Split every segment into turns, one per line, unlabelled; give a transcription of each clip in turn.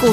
股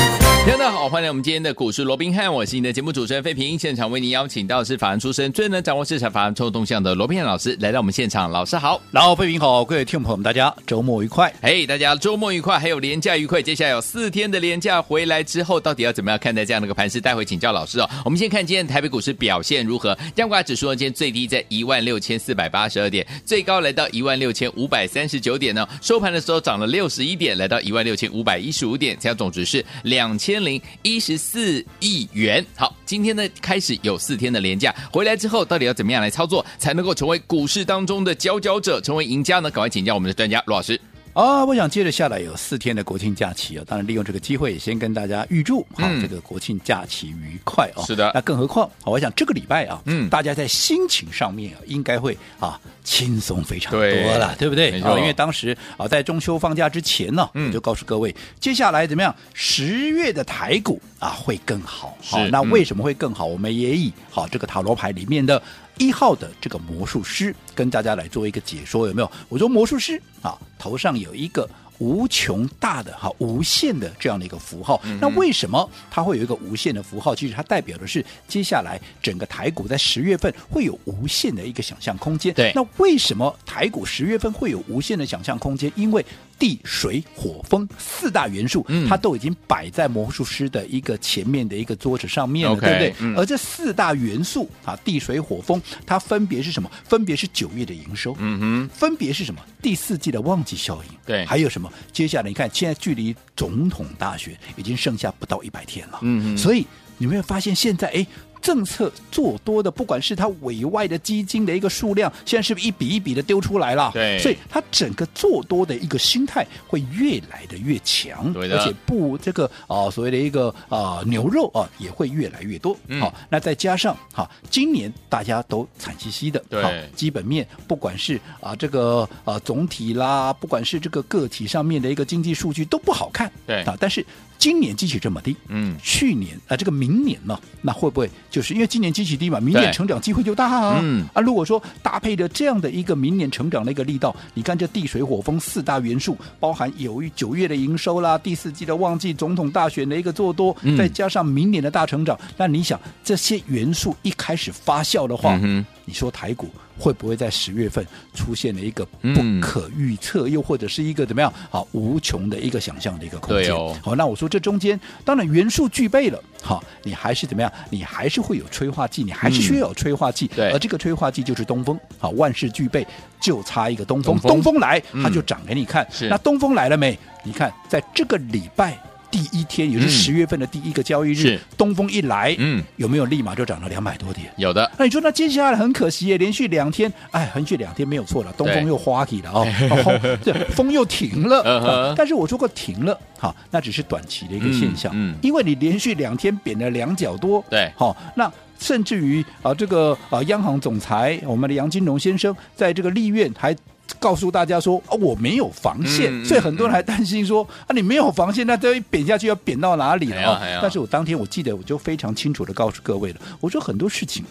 大家好，欢迎来我们今天的股市罗宾汉，我是你的节目主持人费平。现场为您邀请到的是法案出身、最能掌握市场法案臭动向的罗宾汉老师来到我们现场，老师好。
然后，费平好，各位听众朋友们，大家周末愉快。
嘿大家周末愉快，还有连假愉快。接下来有四天的连假回来之后，到底要怎么样看待这样的一个盘势？待会请教老师哦。我们先看今天台北股市表现如何？加挂指数呢，今天最低在一万六千四百八十二点，最高来到一万六千五百三十九点呢、收盘的时候涨了六十一点，来到一万六千五百一十五点，成交总值是两千零一十四亿元。好，今天呢开始有四天的连假，回来之后到底要怎么样来操作，才能够成为股市当中的佼佼者，成为赢家呢？赶快请教我们的专家罗老师。
啊，我想接着下来有四天的国庆假期哦，当然利用这个机会也先跟大家预祝好、
嗯
这个国庆假期愉快哦。
是的
那更何况，好我想这个礼拜啊，
嗯
大家在心情上面啊，应该会啊轻松非常多
对
了，对不对
没？错
啊，因为当时啊在中秋放假之前呢、
嗯
我就告诉各位，接下来怎么样？十月的台股啊会更好，
是
好，那
嗯
为什么会更好？我们也以好这个塔罗牌里面的一号的这个魔术师跟大家来做一个解说，有没有？我说魔术师啊，头上有一个。无穷大的哈，无限的这样的一个符号。
嗯
那为什么它会有一个无限的符号？其实它代表的是接下来整个台股在十月份会有无限的一个想象空间。
对
那为什么台股十月份会有无限的想象空间？因为地、水、火、风四大元素，
嗯
它都已经摆在魔术师的一个前面的一个桌子上面了
OK，
对不对？
嗯
而这四大元素啊，地、水、火、风，它分别是什么？分别是九月的营收，
嗯哼，
分别是什么？第四季的旺季效应，
对
还有什么？接下来你看，现在距离总统大选已经剩下不到一百天了，
嗯嗯
所以你没有发现现在哎？政策做多的，不管是它委外的基金的一个数量，现在是不是一笔一笔的丢出来了？
对
所以它整个做多的一个心态会越来的越强，
对的
而且不这个啊、所谓的一个啊、牛肉啊也会越来越多。好、
嗯
那再加上哈、今年大家都惨兮兮的，
对
好基本面，不管是啊这个啊总体啦，不管是这个个体上面的一个经济数据都不好看，
对
啊，但是今年基期这么低，
嗯
去年啊、这个明年呢，那会不会就是因为今年基期低嘛，明年
对
成长机会就大啊？
嗯
啊，如果说搭配着这样的一个明年成长的一个力道，你看这地水火风四大元素，包含有九月的营收啦，第四季的旺季，总统大选的一个做多，
嗯
再加上明年的大成长，那你想这些元素一开始发酵的话，
嗯哼
你说台股会不会在十月份出现了一个
嗯
不可预测，又或者是一个怎么样好无穷的一个想象的一个空
对
间？
哦
好，那我说这中间当然元素具备了，好，你还是怎么样？你还是会有催化剂，你还
嗯
是需要有催化剂，
对
而这个催化剂就是东风，好，万事俱备，就差一个东风，
东风
来
嗯
它就涨给你看。
是
那东风来了没？你看，在这个礼拜第一天，也就是
嗯
十月份的第一个交易日，
是
东风一来，
嗯，
有没有立马就涨了两百多点？
有的，
哎那你说，那接下来很可惜耶，连续两天，哎，连续两天没有错了，东
对
风又花起了 哦，然后这风又停了、
嗯哼
啊但是我说过停了，好，那只是短期的一个现象，
嗯嗯
因为你连续两天贬了两角多，
对
好、那。甚至于啊、这个啊、央行总裁我们的杨金龙先生，在这个立院还告诉大家说啊，我没有防线，
嗯嗯
所以很多人还担心说啊，你没有防线，那这一贬下去要贬到哪里了
哎呀
啊、
哎呀
但是我当天我记得我就非常清楚的告诉各位了，我说很多事情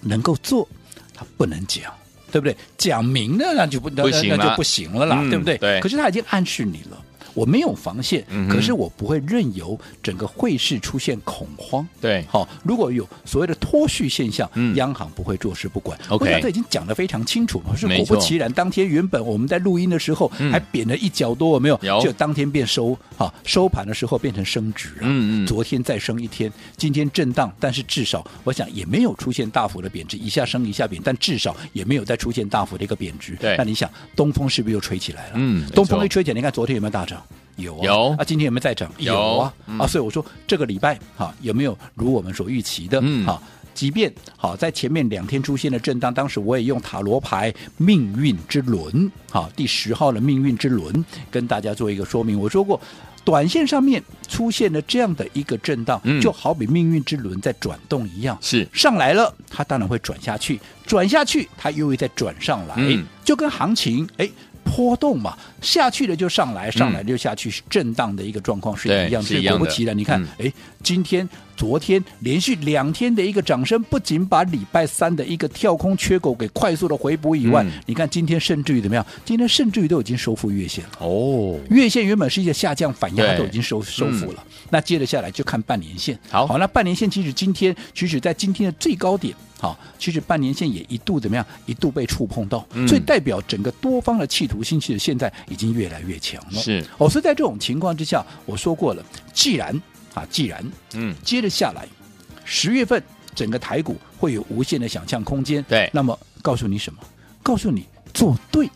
能够做，他不能讲，对不对？讲明了那就不那
不行
那
了
就不行了啦，
嗯
对不对？
对
可是他已经暗示你了。我没有防线，
嗯哼
可是我不会任由整个汇市出现恐慌。
对
好、如果有所谓的脱序现象，
嗯
央行不会坐视不管。
OK
我想这已经讲得非常清楚了。可是
没
果
错
不其然，当天原本我们在录音的时候
嗯
还贬了一角多，有没有？
有
就当天变收，好、收盘的时候变成升值了。
嗯嗯
昨天再升一天，今天震荡，但是至少我想也没有出现大幅的贬值，一下升一下贬，但至少也没有再出现大幅的一个贬值。
对
那你想东风是不是又吹起来了？
嗯没错
东风一吹起来，你看昨天有没有大涨？有啊，
有
啊，今天有没有再涨？
有
啊，
嗯
啊，所以我说这个礼拜哈、有没有如我们所预期的？
嗯
好、即便好在前面两天出现了震荡，当时我也用塔罗牌命运之轮，好第十号的命运之轮跟大家做一个说明。我说过，短线上面出现了这样的一个震荡，
嗯
就好比命运之轮在转动一样，
是
上来了，它当然会转下去，转下去它又会再转上来，
嗯
就跟行情哎。波动嘛，下去了就上来，上来就下去，震荡的一个状况是
嗯对
一样的。
是
所以
一样
果
的
不其然，你看
嗯，
哎、今天、昨天连续两天的一个涨升，不仅把礼拜三的一个跳空缺口给快速的回补以外，
嗯
你看今天甚至于怎么样？今天甚至于都已经收复月线了。
哦，
月线原本是一个下降反压，
对嗯
都已经收收复了。那接着下来就看半年线。
好
那半年线其实今天，其实在今天的最高点，好，其实半年线也一度怎么样，一度被触碰到，
嗯
所以代表整个多方的企图心，其实现在已经越来越强了。
是，
哦，所以在这种情况之下，我说过了，既然啊，既然
嗯，
接着下来，十月份整个台股会有无限的想象空间。
对
那么告诉你什么？告诉你做对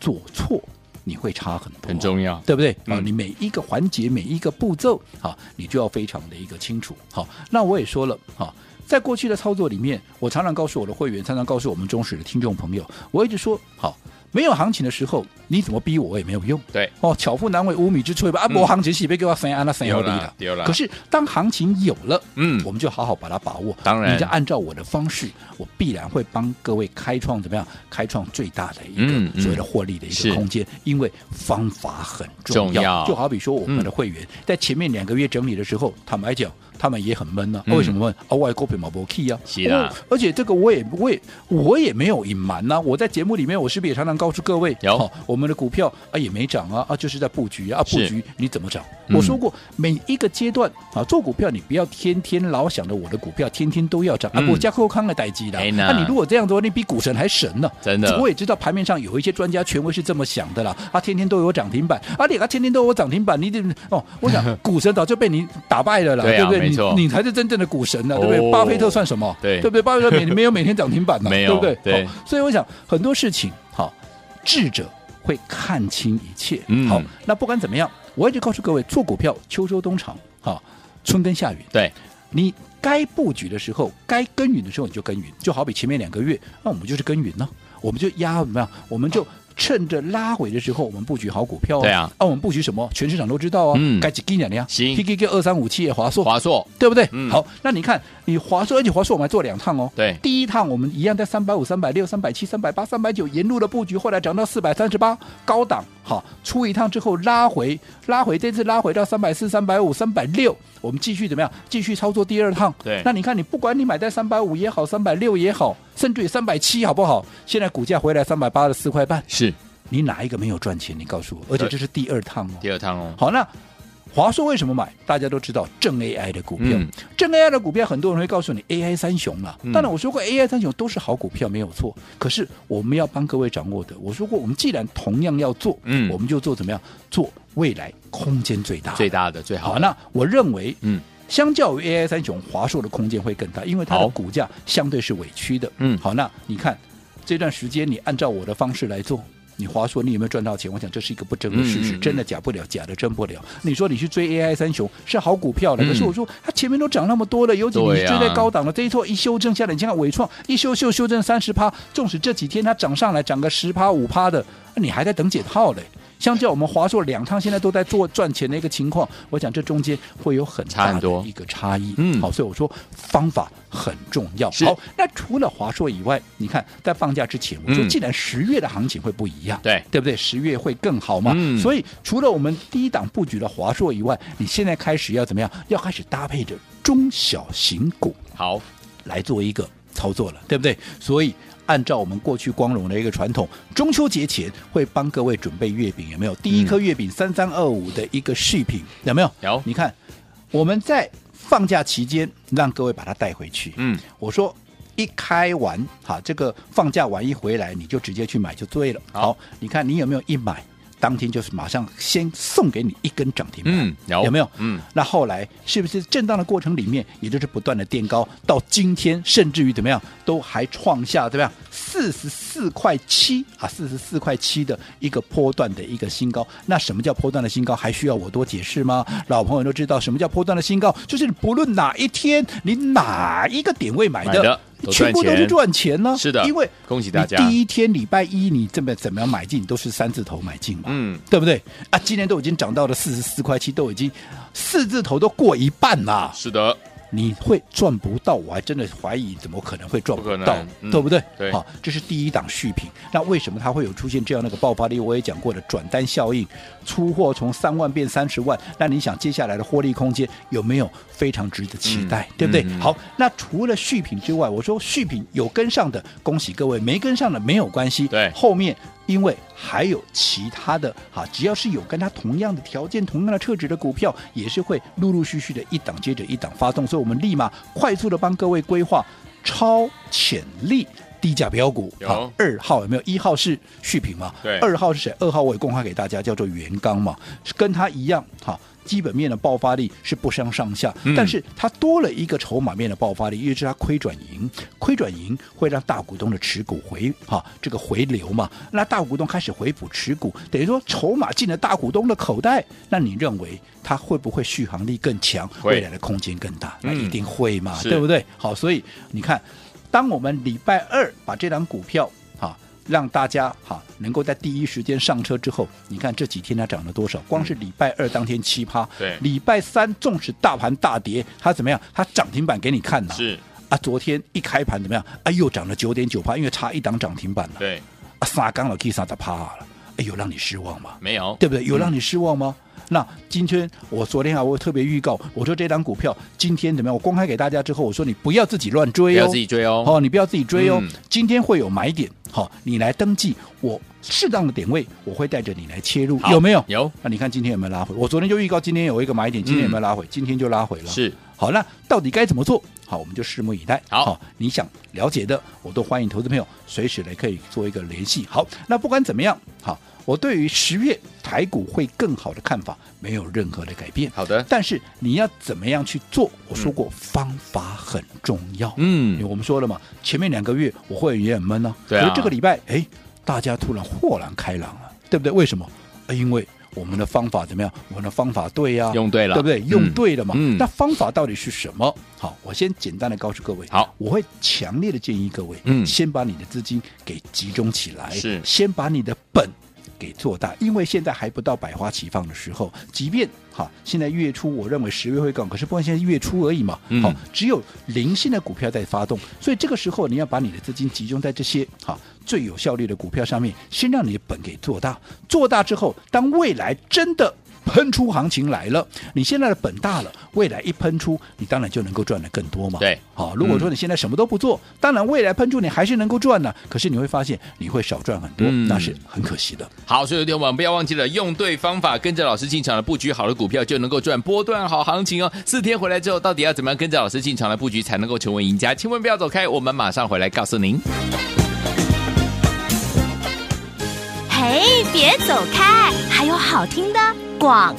做错，你会差很多，
很重要，
对不对？啊、
嗯
你每一个环节、每一个步骤，好，你就要非常的一个清楚。好，那我也说了，好，在过去的操作里面，我常常告诉我的会员，常常告诉我们忠实的听众朋友，我一直说，好，没有行情的时候，你怎么逼我，我也没有用。
对，
哦，巧妇难为无米之炊吧，啊，
嗯
没行情是别给我三安那三幺
有
零了
啦，。有啦，
可是当行情有了，
嗯
我们就好好把它把握。
当然
你就按照我的方式，我必然会帮各位开创怎么样？开创最大的一
嗯嗯
个所谓的获利的一
是
个空间，因为方法很重
重
要。
要
就好比说我们
嗯
的会员、在前面两个月整理的时候，坦白讲，他们也很闷呢、
嗯
为什么闷？啊，外国品毛不 key 啊，
是啦
哦而且这个我也我也我也没有隐瞒呐、我在节目里面，我是不是也常常告诉各位，
有
哦我们的股票啊也没涨啊啊，就是在布局啊，啊布
是
局你怎么涨？
嗯
我说过，每一个阶段啊，做股票你不要天天老想着我的股票天天都要涨、
嗯
啊，我加扣康的代机的。
哎
那、
呐
你如果这样做，你比股神还神呢、
真的
我也知道盘面上有一些专家权威是这么想的啦，啊，天天都有涨停板，啊，你啊天天都有涨停板，你怎么哦？我想 股神早就被你打败了啦，
对啊
不对？
没错
你你才是真正的股神啊呢、对不
哦
对？巴菲特算什么？
对
对不对？巴菲特每没有每天涨停板 呢、
没有
对不对？
对
好所以我想很多事情，好，智者会看清一切。
嗯
好，那不管怎么样，我一直告诉各位，做股票秋收冬藏，好，春耕夏耘。
对，
你该布局的时候，该耕耘的时候你就耕耘，就好比前面两个月，那我们就是耕耘呢、我们就压怎么样？我们就趁着拉回的时候，我们布局好股票、
对啊，
啊，我们布局什么？全市场都知道啊，
嗯
该几几年的呀
行
，PKK 二三五七也华硕，
华硕，
对不对？
嗯
好，那你看你华硕，而且华硕我们还做两趟哦。
对
第一趟我们一样在三百五、三百六、三百七、三百八、三百九沿路的布局，后来涨到四百三十八，高档好出一趟之后拉回，拉回这次拉回到三百四、三百五、三百六，我们继续怎么样？继续操作第二趟。
对
那你看你不管你买在三百五也好，三百六也好，甚至于三百七好不好？现在股价回来三百八的四块半，
是
你哪一个没有赚钱？你告诉我，而且这是第二趟哦。
第二趟哦，
好，那华硕为什么买？大家都知道正 AI 的股票，
嗯
正 AI 的股票，很多人会告诉你 AI 三雄嘛。
嗯
当然，我说过 AI 三雄都是好股票，没有错。可是我们要帮各位掌握的，我说过，我们既然同样要做，
嗯
我们就做怎么样？做未来空间最大的。
最大的最好
好，
的，
那我认为，
嗯，
相较于 AI 三雄，华硕的空间会更大，因为它
好
的股价相对是委屈的。
嗯
好，那你看这段时间，你按照我的方式来做。你华硕，你有没有赚到钱？我想这是一个不争的事
嗯
实，
嗯嗯
真的假不了，假的真不了。你说你去追 AI 三雄是好股票了，
嗯
可是我说它前面都涨那么多了，尤其你
对
追
啊
在高档了，这一错一修正下来，你看看伟创一修修修正三十趴，纵使这几天它涨上来涨个十趴五趴的，你还在等解套嘞。相较我们华硕两趟现在都在做赚钱的一个情况，我想这中间会有很
差
大
很
的
多
一个差异。
嗯
好，所以我说方法很重要。
是
好，那除了华硕以外，你看在放假之前，我说
嗯
既然十月的行情会不一样，
对
对不对？十月会更好嘛？
嗯
所以除了我们低档布局的华硕以外，你现在开始要怎么样？要开始搭配着中小型股
好，
来做一个操作了，对不对？所以按照我们过去光荣的一个传统，中秋节前会帮各位准备月饼，有没有？第一颗月饼三三二五的一个续品，有没有？
嗯有
你看我们在放假期间让各位把它带回去，
嗯，
我说一开完哈，这个放假完一回来，你就直接去买就对了。
好
你看你有没有一买，当天就是马上先送给你一根涨停板。
嗯，有
有没有？
嗯，
那后来是不是震荡的过程里面，也就是不断的垫高，到今天甚至于怎么样，都还创下怎么样四十四块七啊，四十四块七的一个波段的一个新高。那什么叫波段的新高？还需要我多解释吗？老朋友都知道什么叫波段的新高，就是你不论哪一天，你哪一个点位买
买的
的，
都
全部
赚
都
钱
是赚钱呢、
是的
因为
恭喜大家
你第一天礼拜一你这么怎么样买进，你都是三字头买进嘛。
嗯，
对不对啊？今年都已经涨到了四十四块七，都已经四字头都过一半啦。
是的，
你会赚不到，我还真的怀疑怎么可能会赚
不可
到
能，嗯
对不对？
对
好，这是第一档续品。那为什么它会有出现这样的一个爆发力？我也讲过的转单效应，出货从三万变三十万，那你想接下来的获利空间有没有非常值得期待？
嗯
对不对？
嗯嗯
好，那除了续品之外，我说续品有跟上的，恭喜各位；没跟上的没有关系。
对
后面因为还有其他的哈、只要是有跟它同样的条件、同样的特质的股票，也是会陆陆续续的一档接着一档发动，所以我们立马快速的帮各位规划超潜力。低价标股，
有
好二号有没有？一号是续品嘛？
对
二号是谁？二号我也公开给大家，叫做元刚嘛，是跟它一样，哈，基本面的爆发力是不相上下，
嗯
但是它多了一个筹码面的爆发力，因为是它亏转盈，亏转盈会让大股东的持股回哈这个回流嘛，那大股东开始回补持股，等于说筹码进了大股东的口袋，那你认为它会不会续航力更强，
会
未来的空间更大？那
嗯
一定会嘛，
是
对不对？好，所以你看，当我们礼拜二把这档股票哈。让大家哈能够在第一时间上车之后，你看这几天它涨了多少？光是礼拜二当天七趴，
对
礼拜三纵使大盘大跌，它怎么样？它涨停板给你看呐、
是，
啊，昨天一开盘怎么样？啊，又涨了九点九趴，因为差一档涨停板了。
对，
啊，三刚了，可以三十趴了。哎，有让你失望吗？
没有，
对不对？有让你失望吗？
嗯
那今天我昨天啊，我特别预告，我说这档股票今天怎么样？我公开给大家之后，我说你不要自己乱
不
追
要
哦，
自己追哦。
哦，你不要自己追哦。
嗯
今天会有买点，好、你来登记，我适当的点位，我会带着你来切入，
好
有没有？
有，
那你看今天有没有拉回？我昨天就预告今天有一个买点，今天有没有拉回？今天就拉回了。
嗯是，
好，那到底该怎么做？好，我们就拭目以待。
好
你想了解的，我都欢迎投资朋友随时来可以做一个联系。好，那不管怎么样，好，我对于十月台股会更好的看法没有任何的改变。
好的，
但是你要怎么样去做？我说过，方法很重要。因
嗯，
为我们说了嘛，前面两个月我会员也很闷呢、
对啊
可是这个礼拜，哎，大家突然豁然开朗了，对不对？为什么？呃因为我们的方法怎么样？我们的方法对呀、
用对了，
啊对不对？
嗯
用对了嘛？
嗯
那方法到底是什么？好，我先简单的告诉各位。
好，
我会强烈的建议各位，
嗯
先把你的资金给集中起来，
是
先把你的本。给做大，因为现在还不到百花齐放的时候。即便好，现在月初我认为十月会更好，可是不管现在月初而已嘛，
嗯
好，只有零星的股票在发动，所以这个时候你要把你的资金集中在这些好最有效率的股票上面，先让你的本给做大，做大之后，当未来真的喷出行情来了，你现在的本大了，未来一喷出，你当然就能够赚得更多嘛。
对嗯
好，如果说你现在什么都不做，当然未来喷出你还是能够赚呢，可是你会发现你会少赚很多，
嗯
那是很可惜的。
好，所以有天我们不要忘记了用对方法，跟着老师进场来布局好的股票，就能够赚波段好行情哦。四天回来之后，到底要怎么样跟着老师进场来布局，才能够成为赢家？千万不要走开，我们马上回来告诉您。
嘿，别走开，还有好听的广。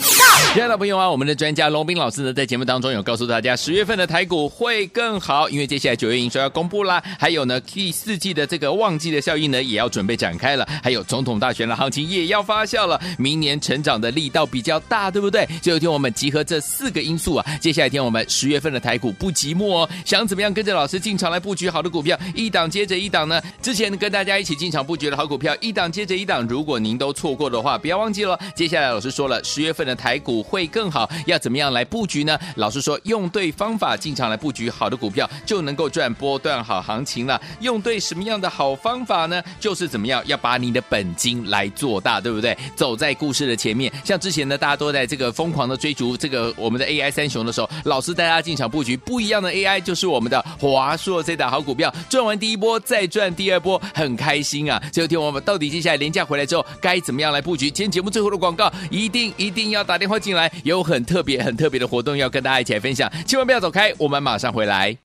亲爱的朋友啊，我们的专家龙斌老师呢，在节目当中有告诉大家，十月份的台股会更好，因为接下来九月营收要公布啦，还有呢第四季的这个旺季的效应呢，也要准备展开了，还有总统大选的行情也要发酵了，明年成长的力道比较大，对不对？最后一天我们集合这四个因素啊，接下来一天我们十月份的台股不寂寞哦，想怎么样跟着老师进场来布局好的股票，一档接着一档呢？之前跟大家一起进场布局的好股票，一档接着一档，如果您都错过的话，不要忘记了。接下来老师说了，十月份的台股会更好，要怎么样来布局呢？老师说，用对方法进场来布局好的股票，就能够赚波段好行情了。用对什么样的好方法呢？就是怎么样要把你的本金来做大，对不对？走在故事的前面。像之前呢，大家都在这个疯狂的追逐这个我们的 AI 三雄的时候，老师带大家进场布局不一样的 AI，就是我们的华硕这档好股票，赚完第一波再赚第二波，很开心啊！最后天我们到底接下来廉价回来之后该怎么样来布局？今天节目最后的广告一定一定要打电话进来，有很特别很特别的活动要跟大家一起来分享，千万不要走开，我们马上回来。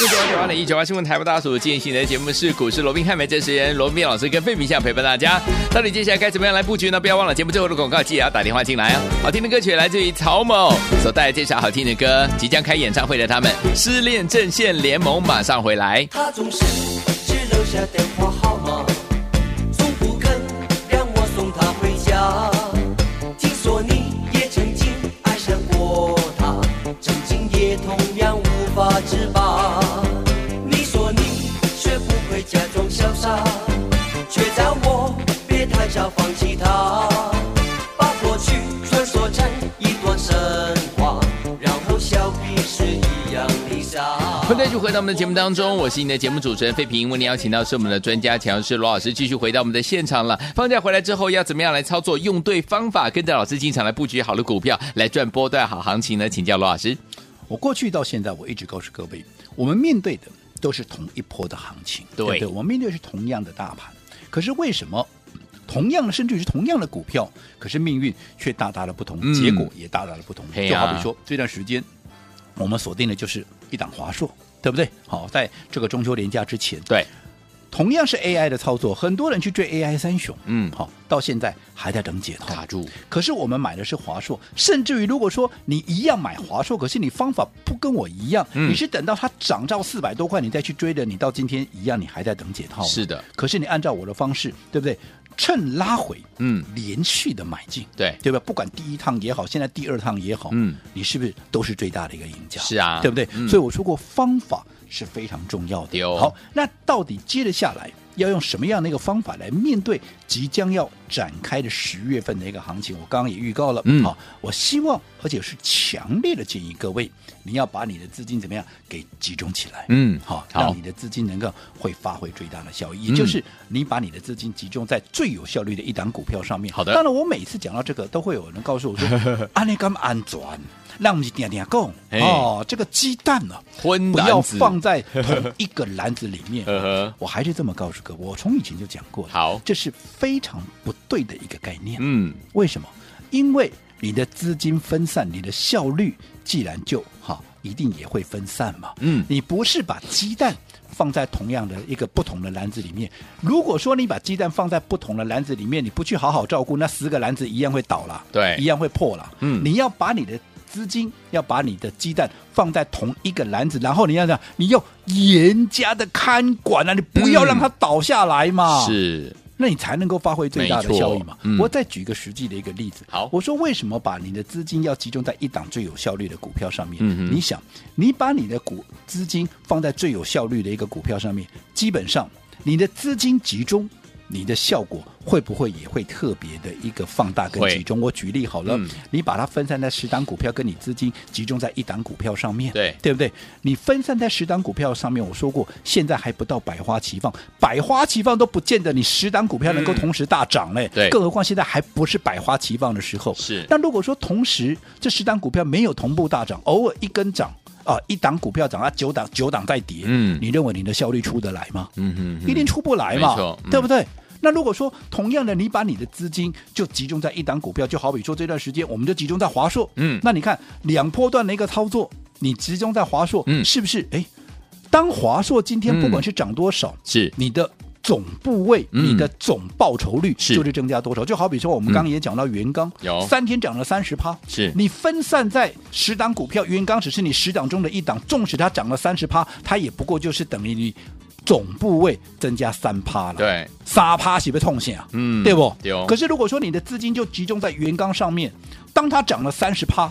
六九九八零一九八新闻台，为大家所进行的节目是股市罗宾汉美这时人罗宾老师跟费明相陪伴大家。到底接下来该怎么样来布局呢？不要忘了节目最后的广告，记得要打电话进来哦。好听的歌曲来自于曹某所带来这首好听的歌，即将开演唱会的他们失恋阵线联盟马上回来。
他总是只留下电话号码，从不肯让我送他回家。听说你也曾经爱上过他，曾经也同样无法自拔。你说你学不会假装潇洒，却叫我别太早放弃他。把过去穿梭成一段神话，然后笑彼此一样的。上。
欢迎继续回到我们的节目当中，我是你的节目主持人费平。为您邀请到是我们的专家强势罗老师，继续回到我们的现场了。放假回来之后要怎么样来操作？用对方法，跟着老师进场来布局好的股票，来赚波段好行情呢？请教罗老师。
我过去到现在，我一直告诉各位，我们面对的都是同一波的行情，
对
不我们面对的是同样的大盘，可是为什么？同样的，甚至于是同样的股票，可是命运却大大的不同，
嗯
结果也大大的不同。
嘿
就
呀
好比说这段时间，我们锁定的就是一档华硕，对不对？好，在这个中秋连假之前，
对，
同样是 AI 的操作，很多人去追 AI 三雄，
嗯
好，到现在还在等解套，
卡住。
可是我们买的是华硕，甚至于如果说你一样买华硕，可是你方法不跟我一样，
嗯
你是等到它涨到四百多块你再去追的，你到今天一样，你还在等解套。
是的，
可是你按照我的方式，对不对？趁拉回，
嗯，
连续的买进，
对
对吧？不管第一趟也好，现在第二趟也好，
嗯，
你是不是都是最大的一个赢家？
是啊
对不对？
嗯
所以我说过，方法是非常重要的。
有
好，那到底接着下来要用什么样的一个方法来面对即将要展开的十月份的一个行情？我刚刚也预告了，
嗯
好，我希望而且是强烈的建议各位，你要把你的资金怎么样给集中起来，
嗯
好，
好嗯
让你的资金能够会发挥最大的效益，也就是你把你的资金集中在最有效率的一档股票上面。
好的
当然我每次讲到这个，都会有人告诉我 说，安利干嘛安全？让我们点点供
嘿
哦，这个鸡蛋呢、
荤
不
男
要
子。
放在同一个篮子里 面
呵呵
我还是这么告诉各位，我从以前就讲过了，
好
这是非常不对的一个概念。
嗯，
为什么？因为你的资金分散，你的效率既然就哈，一定也会分散嘛。
嗯
你不是把鸡蛋放在同样的一个不同的篮子里面。如果说你把鸡蛋放在不同的篮子里面，你不去好好照顾，那十个篮子一样会倒了，
对
一样会破了。
嗯
你要把你的资金，要把你的鸡蛋放在同一个篮子，然后你要讲，你要严加的看管啊，你不要
嗯
让它倒下来嘛。。
是
那你才能够发挥最大的效益嘛
没错。嗯
我再举一个实际的一个例子，
好
我说为什么把你的资金要集中在一档最有效率的股票上面？
嗯哼
你想，你把你的股资金放在最有效率的一个股票上面，基本上你的资金集中。你的效果会不会也会特别的一个放大跟
会
集中？我举例好了，
嗯
你把它分散在十档股票，跟你资金集中在一档股票上面，
对
对不对？你分散在十档股票上面，我说过，现在还不到百花齐放，百花齐放都不见得你十档股票能够同时大涨嘞、
对
更何况现在还不是百花齐放的时候。
是
那如果说同时这十档股票没有同步大涨，偶尔一根涨啊，一档股票涨啊，九档九档再跌，
嗯
你认为你的效率出得来吗？
嗯嗯嗯
一定出不来嘛
没错，嗯
对不对？那如果说同样的，你把你的资金就集中在一档股票，就好比说这段时间我们就集中在华硕，
嗯
那你看两波段的一个操作，你集中在华硕，
嗯
是不是？哎，当华硕今
嗯
天不管是涨多少，
是
你的。总部位，
嗯
你的总报酬率
是嗯
就是增加多少？就好比说，我们刚刚也讲到元刚，
有
三天涨了三十趴，
是
你分散在十档股票，元刚只是你十档中的一档，纵使它涨了三十趴，它也不过就是等于你总部位增加三趴了。，
对，
三趴是不是痛线啊？
嗯
对不？
对哦
可是如果说你的资金就集中在元刚上面，当它涨了三十趴，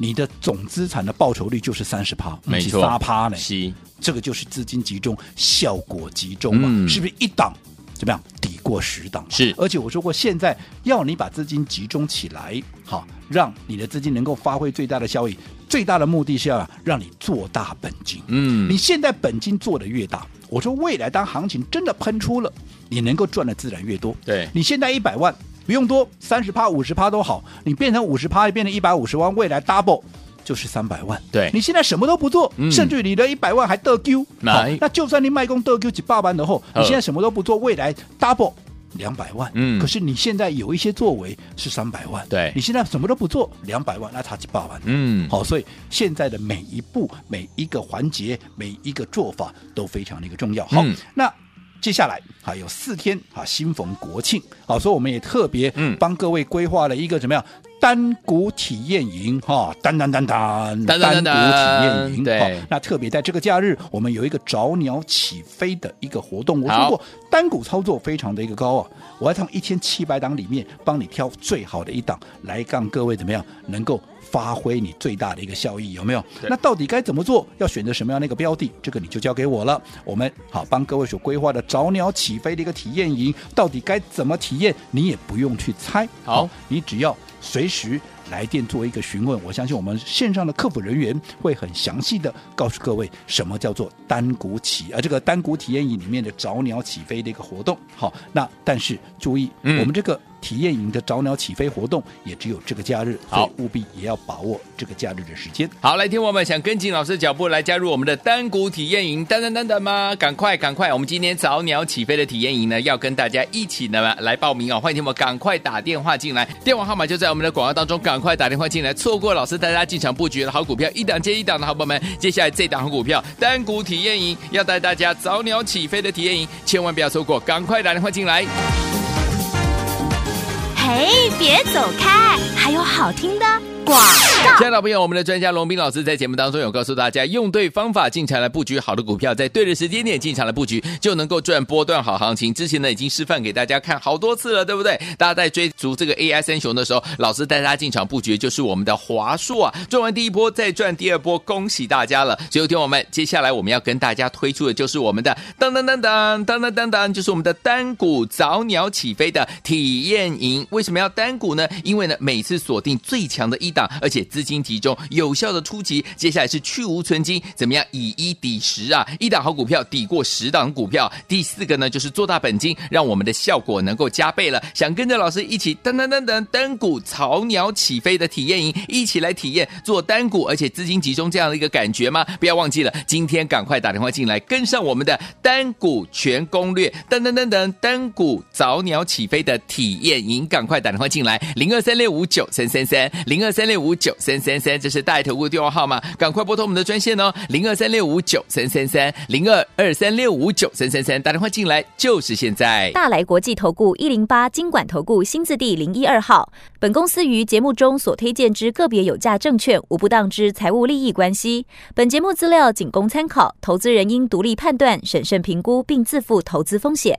你的总资产的报酬率就是三十趴，
没错，
三趴呢。
是
这个就是资金集中，效果集中嘛，
嗯
是不是一档？怎么样抵过十档嘛？
是
而且我说过，现在要你把资金集中起来，好，让你的资金能够发挥最大的效益。最大的目的是要让你做大本金。
嗯
你现在本金做的越大，我说未来当行情真的喷出了，你能够赚的自然越多。
对
你现在一百万不用多，三十趴、五十趴都好，你变成五十趴，变成一百五十万，未来 double 就是三百万。
对
你现在什么都不做，
嗯
甚至于你的一百万还得丢，
来
好那就算你卖工得丢几百万的后，
呃
你现在什么都不做，未来 double。两百万，
嗯
可是你现在有一些作为是三百万，
对
你现在什么都不做，两百万那差几百万，
嗯，
好，所以现在的每一步、每一个环节、每一个做法都非常的一个重要。好，
嗯
那接下来还有四天啊，新逢国庆，好，所以我们也特别
嗯
帮各位规划了一个怎么样？单股体验营哈，单单单单
单单单
单股体验营，
对
好那特别在这个假日，我们有一个早鸟起飞的一个活动。我
好
说过，单股操作非常的一个高啊，我要从一千七百档里面帮你挑最好的一档来让各位怎么样能够。发挥你最大的一个效益，有没有？
对
那到底该怎么做？要选择什么样的一个标的？这个你就交给我了。我们好帮各位所规划的早鸟起飞的一个体验营，到底该怎么体验？你也不用去猜，
好
你只要随时来电做一个询问。我相信我们线上的客服人员会很详细的告诉各位什么叫做单股起，而、这个单股体验营里面的早鸟起飞的一个活动。好，那但是注意，
嗯
我们这个体验营的早鸟起飞活动也只有这个假日，
好
所以务必也要把握这个假日的时间。
好，来，听我们想跟紧老师的脚步来加入我们的单股体验营，单单单单吗？赶快赶快！我们今天早鸟起飞的体验营呢，要跟大家一起呢来报名哦，欢迎听我们赶快打电话进来，电话号码就在我们的广告当中，赶快打电话进来，错过老师带大家进场布局的好股票，一档接一档的好朋友们，接下来这档好股票单股体验营要带大家早鸟起飞的体验营，千万不要错过，赶快打电话进来。
嘿，别走开，还有好听的广告。
亲爱的朋友我们的专家龙斌老师在节目当中有告诉大家，用对方法进场来布局好的股票，在对的时间点进场来布局，就能够赚波段好行情。之前呢已经示范给大家看好多次了，对不对？大家在追逐这个 AI 三雄的时候，老师带大家进场布局，就是我们的华硕啊，赚完第一波再赚第二波，恭喜大家了！所以，听我们，接下来我们要跟大家推出的就是我们的当当当当当当当当，就是我们的单股早鸟起飞的体验营。为什么要单股呢？因为呢，每次锁定最强的一档，而且资金集中，有效的出击。接下来是去无存金，怎么样以一抵十啊？一档好股票抵过十档股票。第四个呢，就是做大本金，让我们的效果能够加倍了。想跟着老师一起噔噔噔噔单股草鸟起飞的体验营，一起来体验做单股，而且资金集中这样的一个感觉吗？不要忘记了，今天赶快打电话进来，跟上我们的单股全攻略，噔噔噔噔单股早鸟起飞的体验营，赶快打电话进来，零二三六五九三三三，零二三六五九三三三，这是大爱投顾的电话号码，赶快拨通我们的专线哦，零二三六五九三三三，零二二三六五九三三三，打电话进来就是现在。
大来国际投顾一零八金管投顾新字第零一二号。本公司于节目中所推荐之个别有价证券，无不当之财务利益关系。本节目资料仅供参考，投资人应独立判断、审慎评估，并自负投资风险。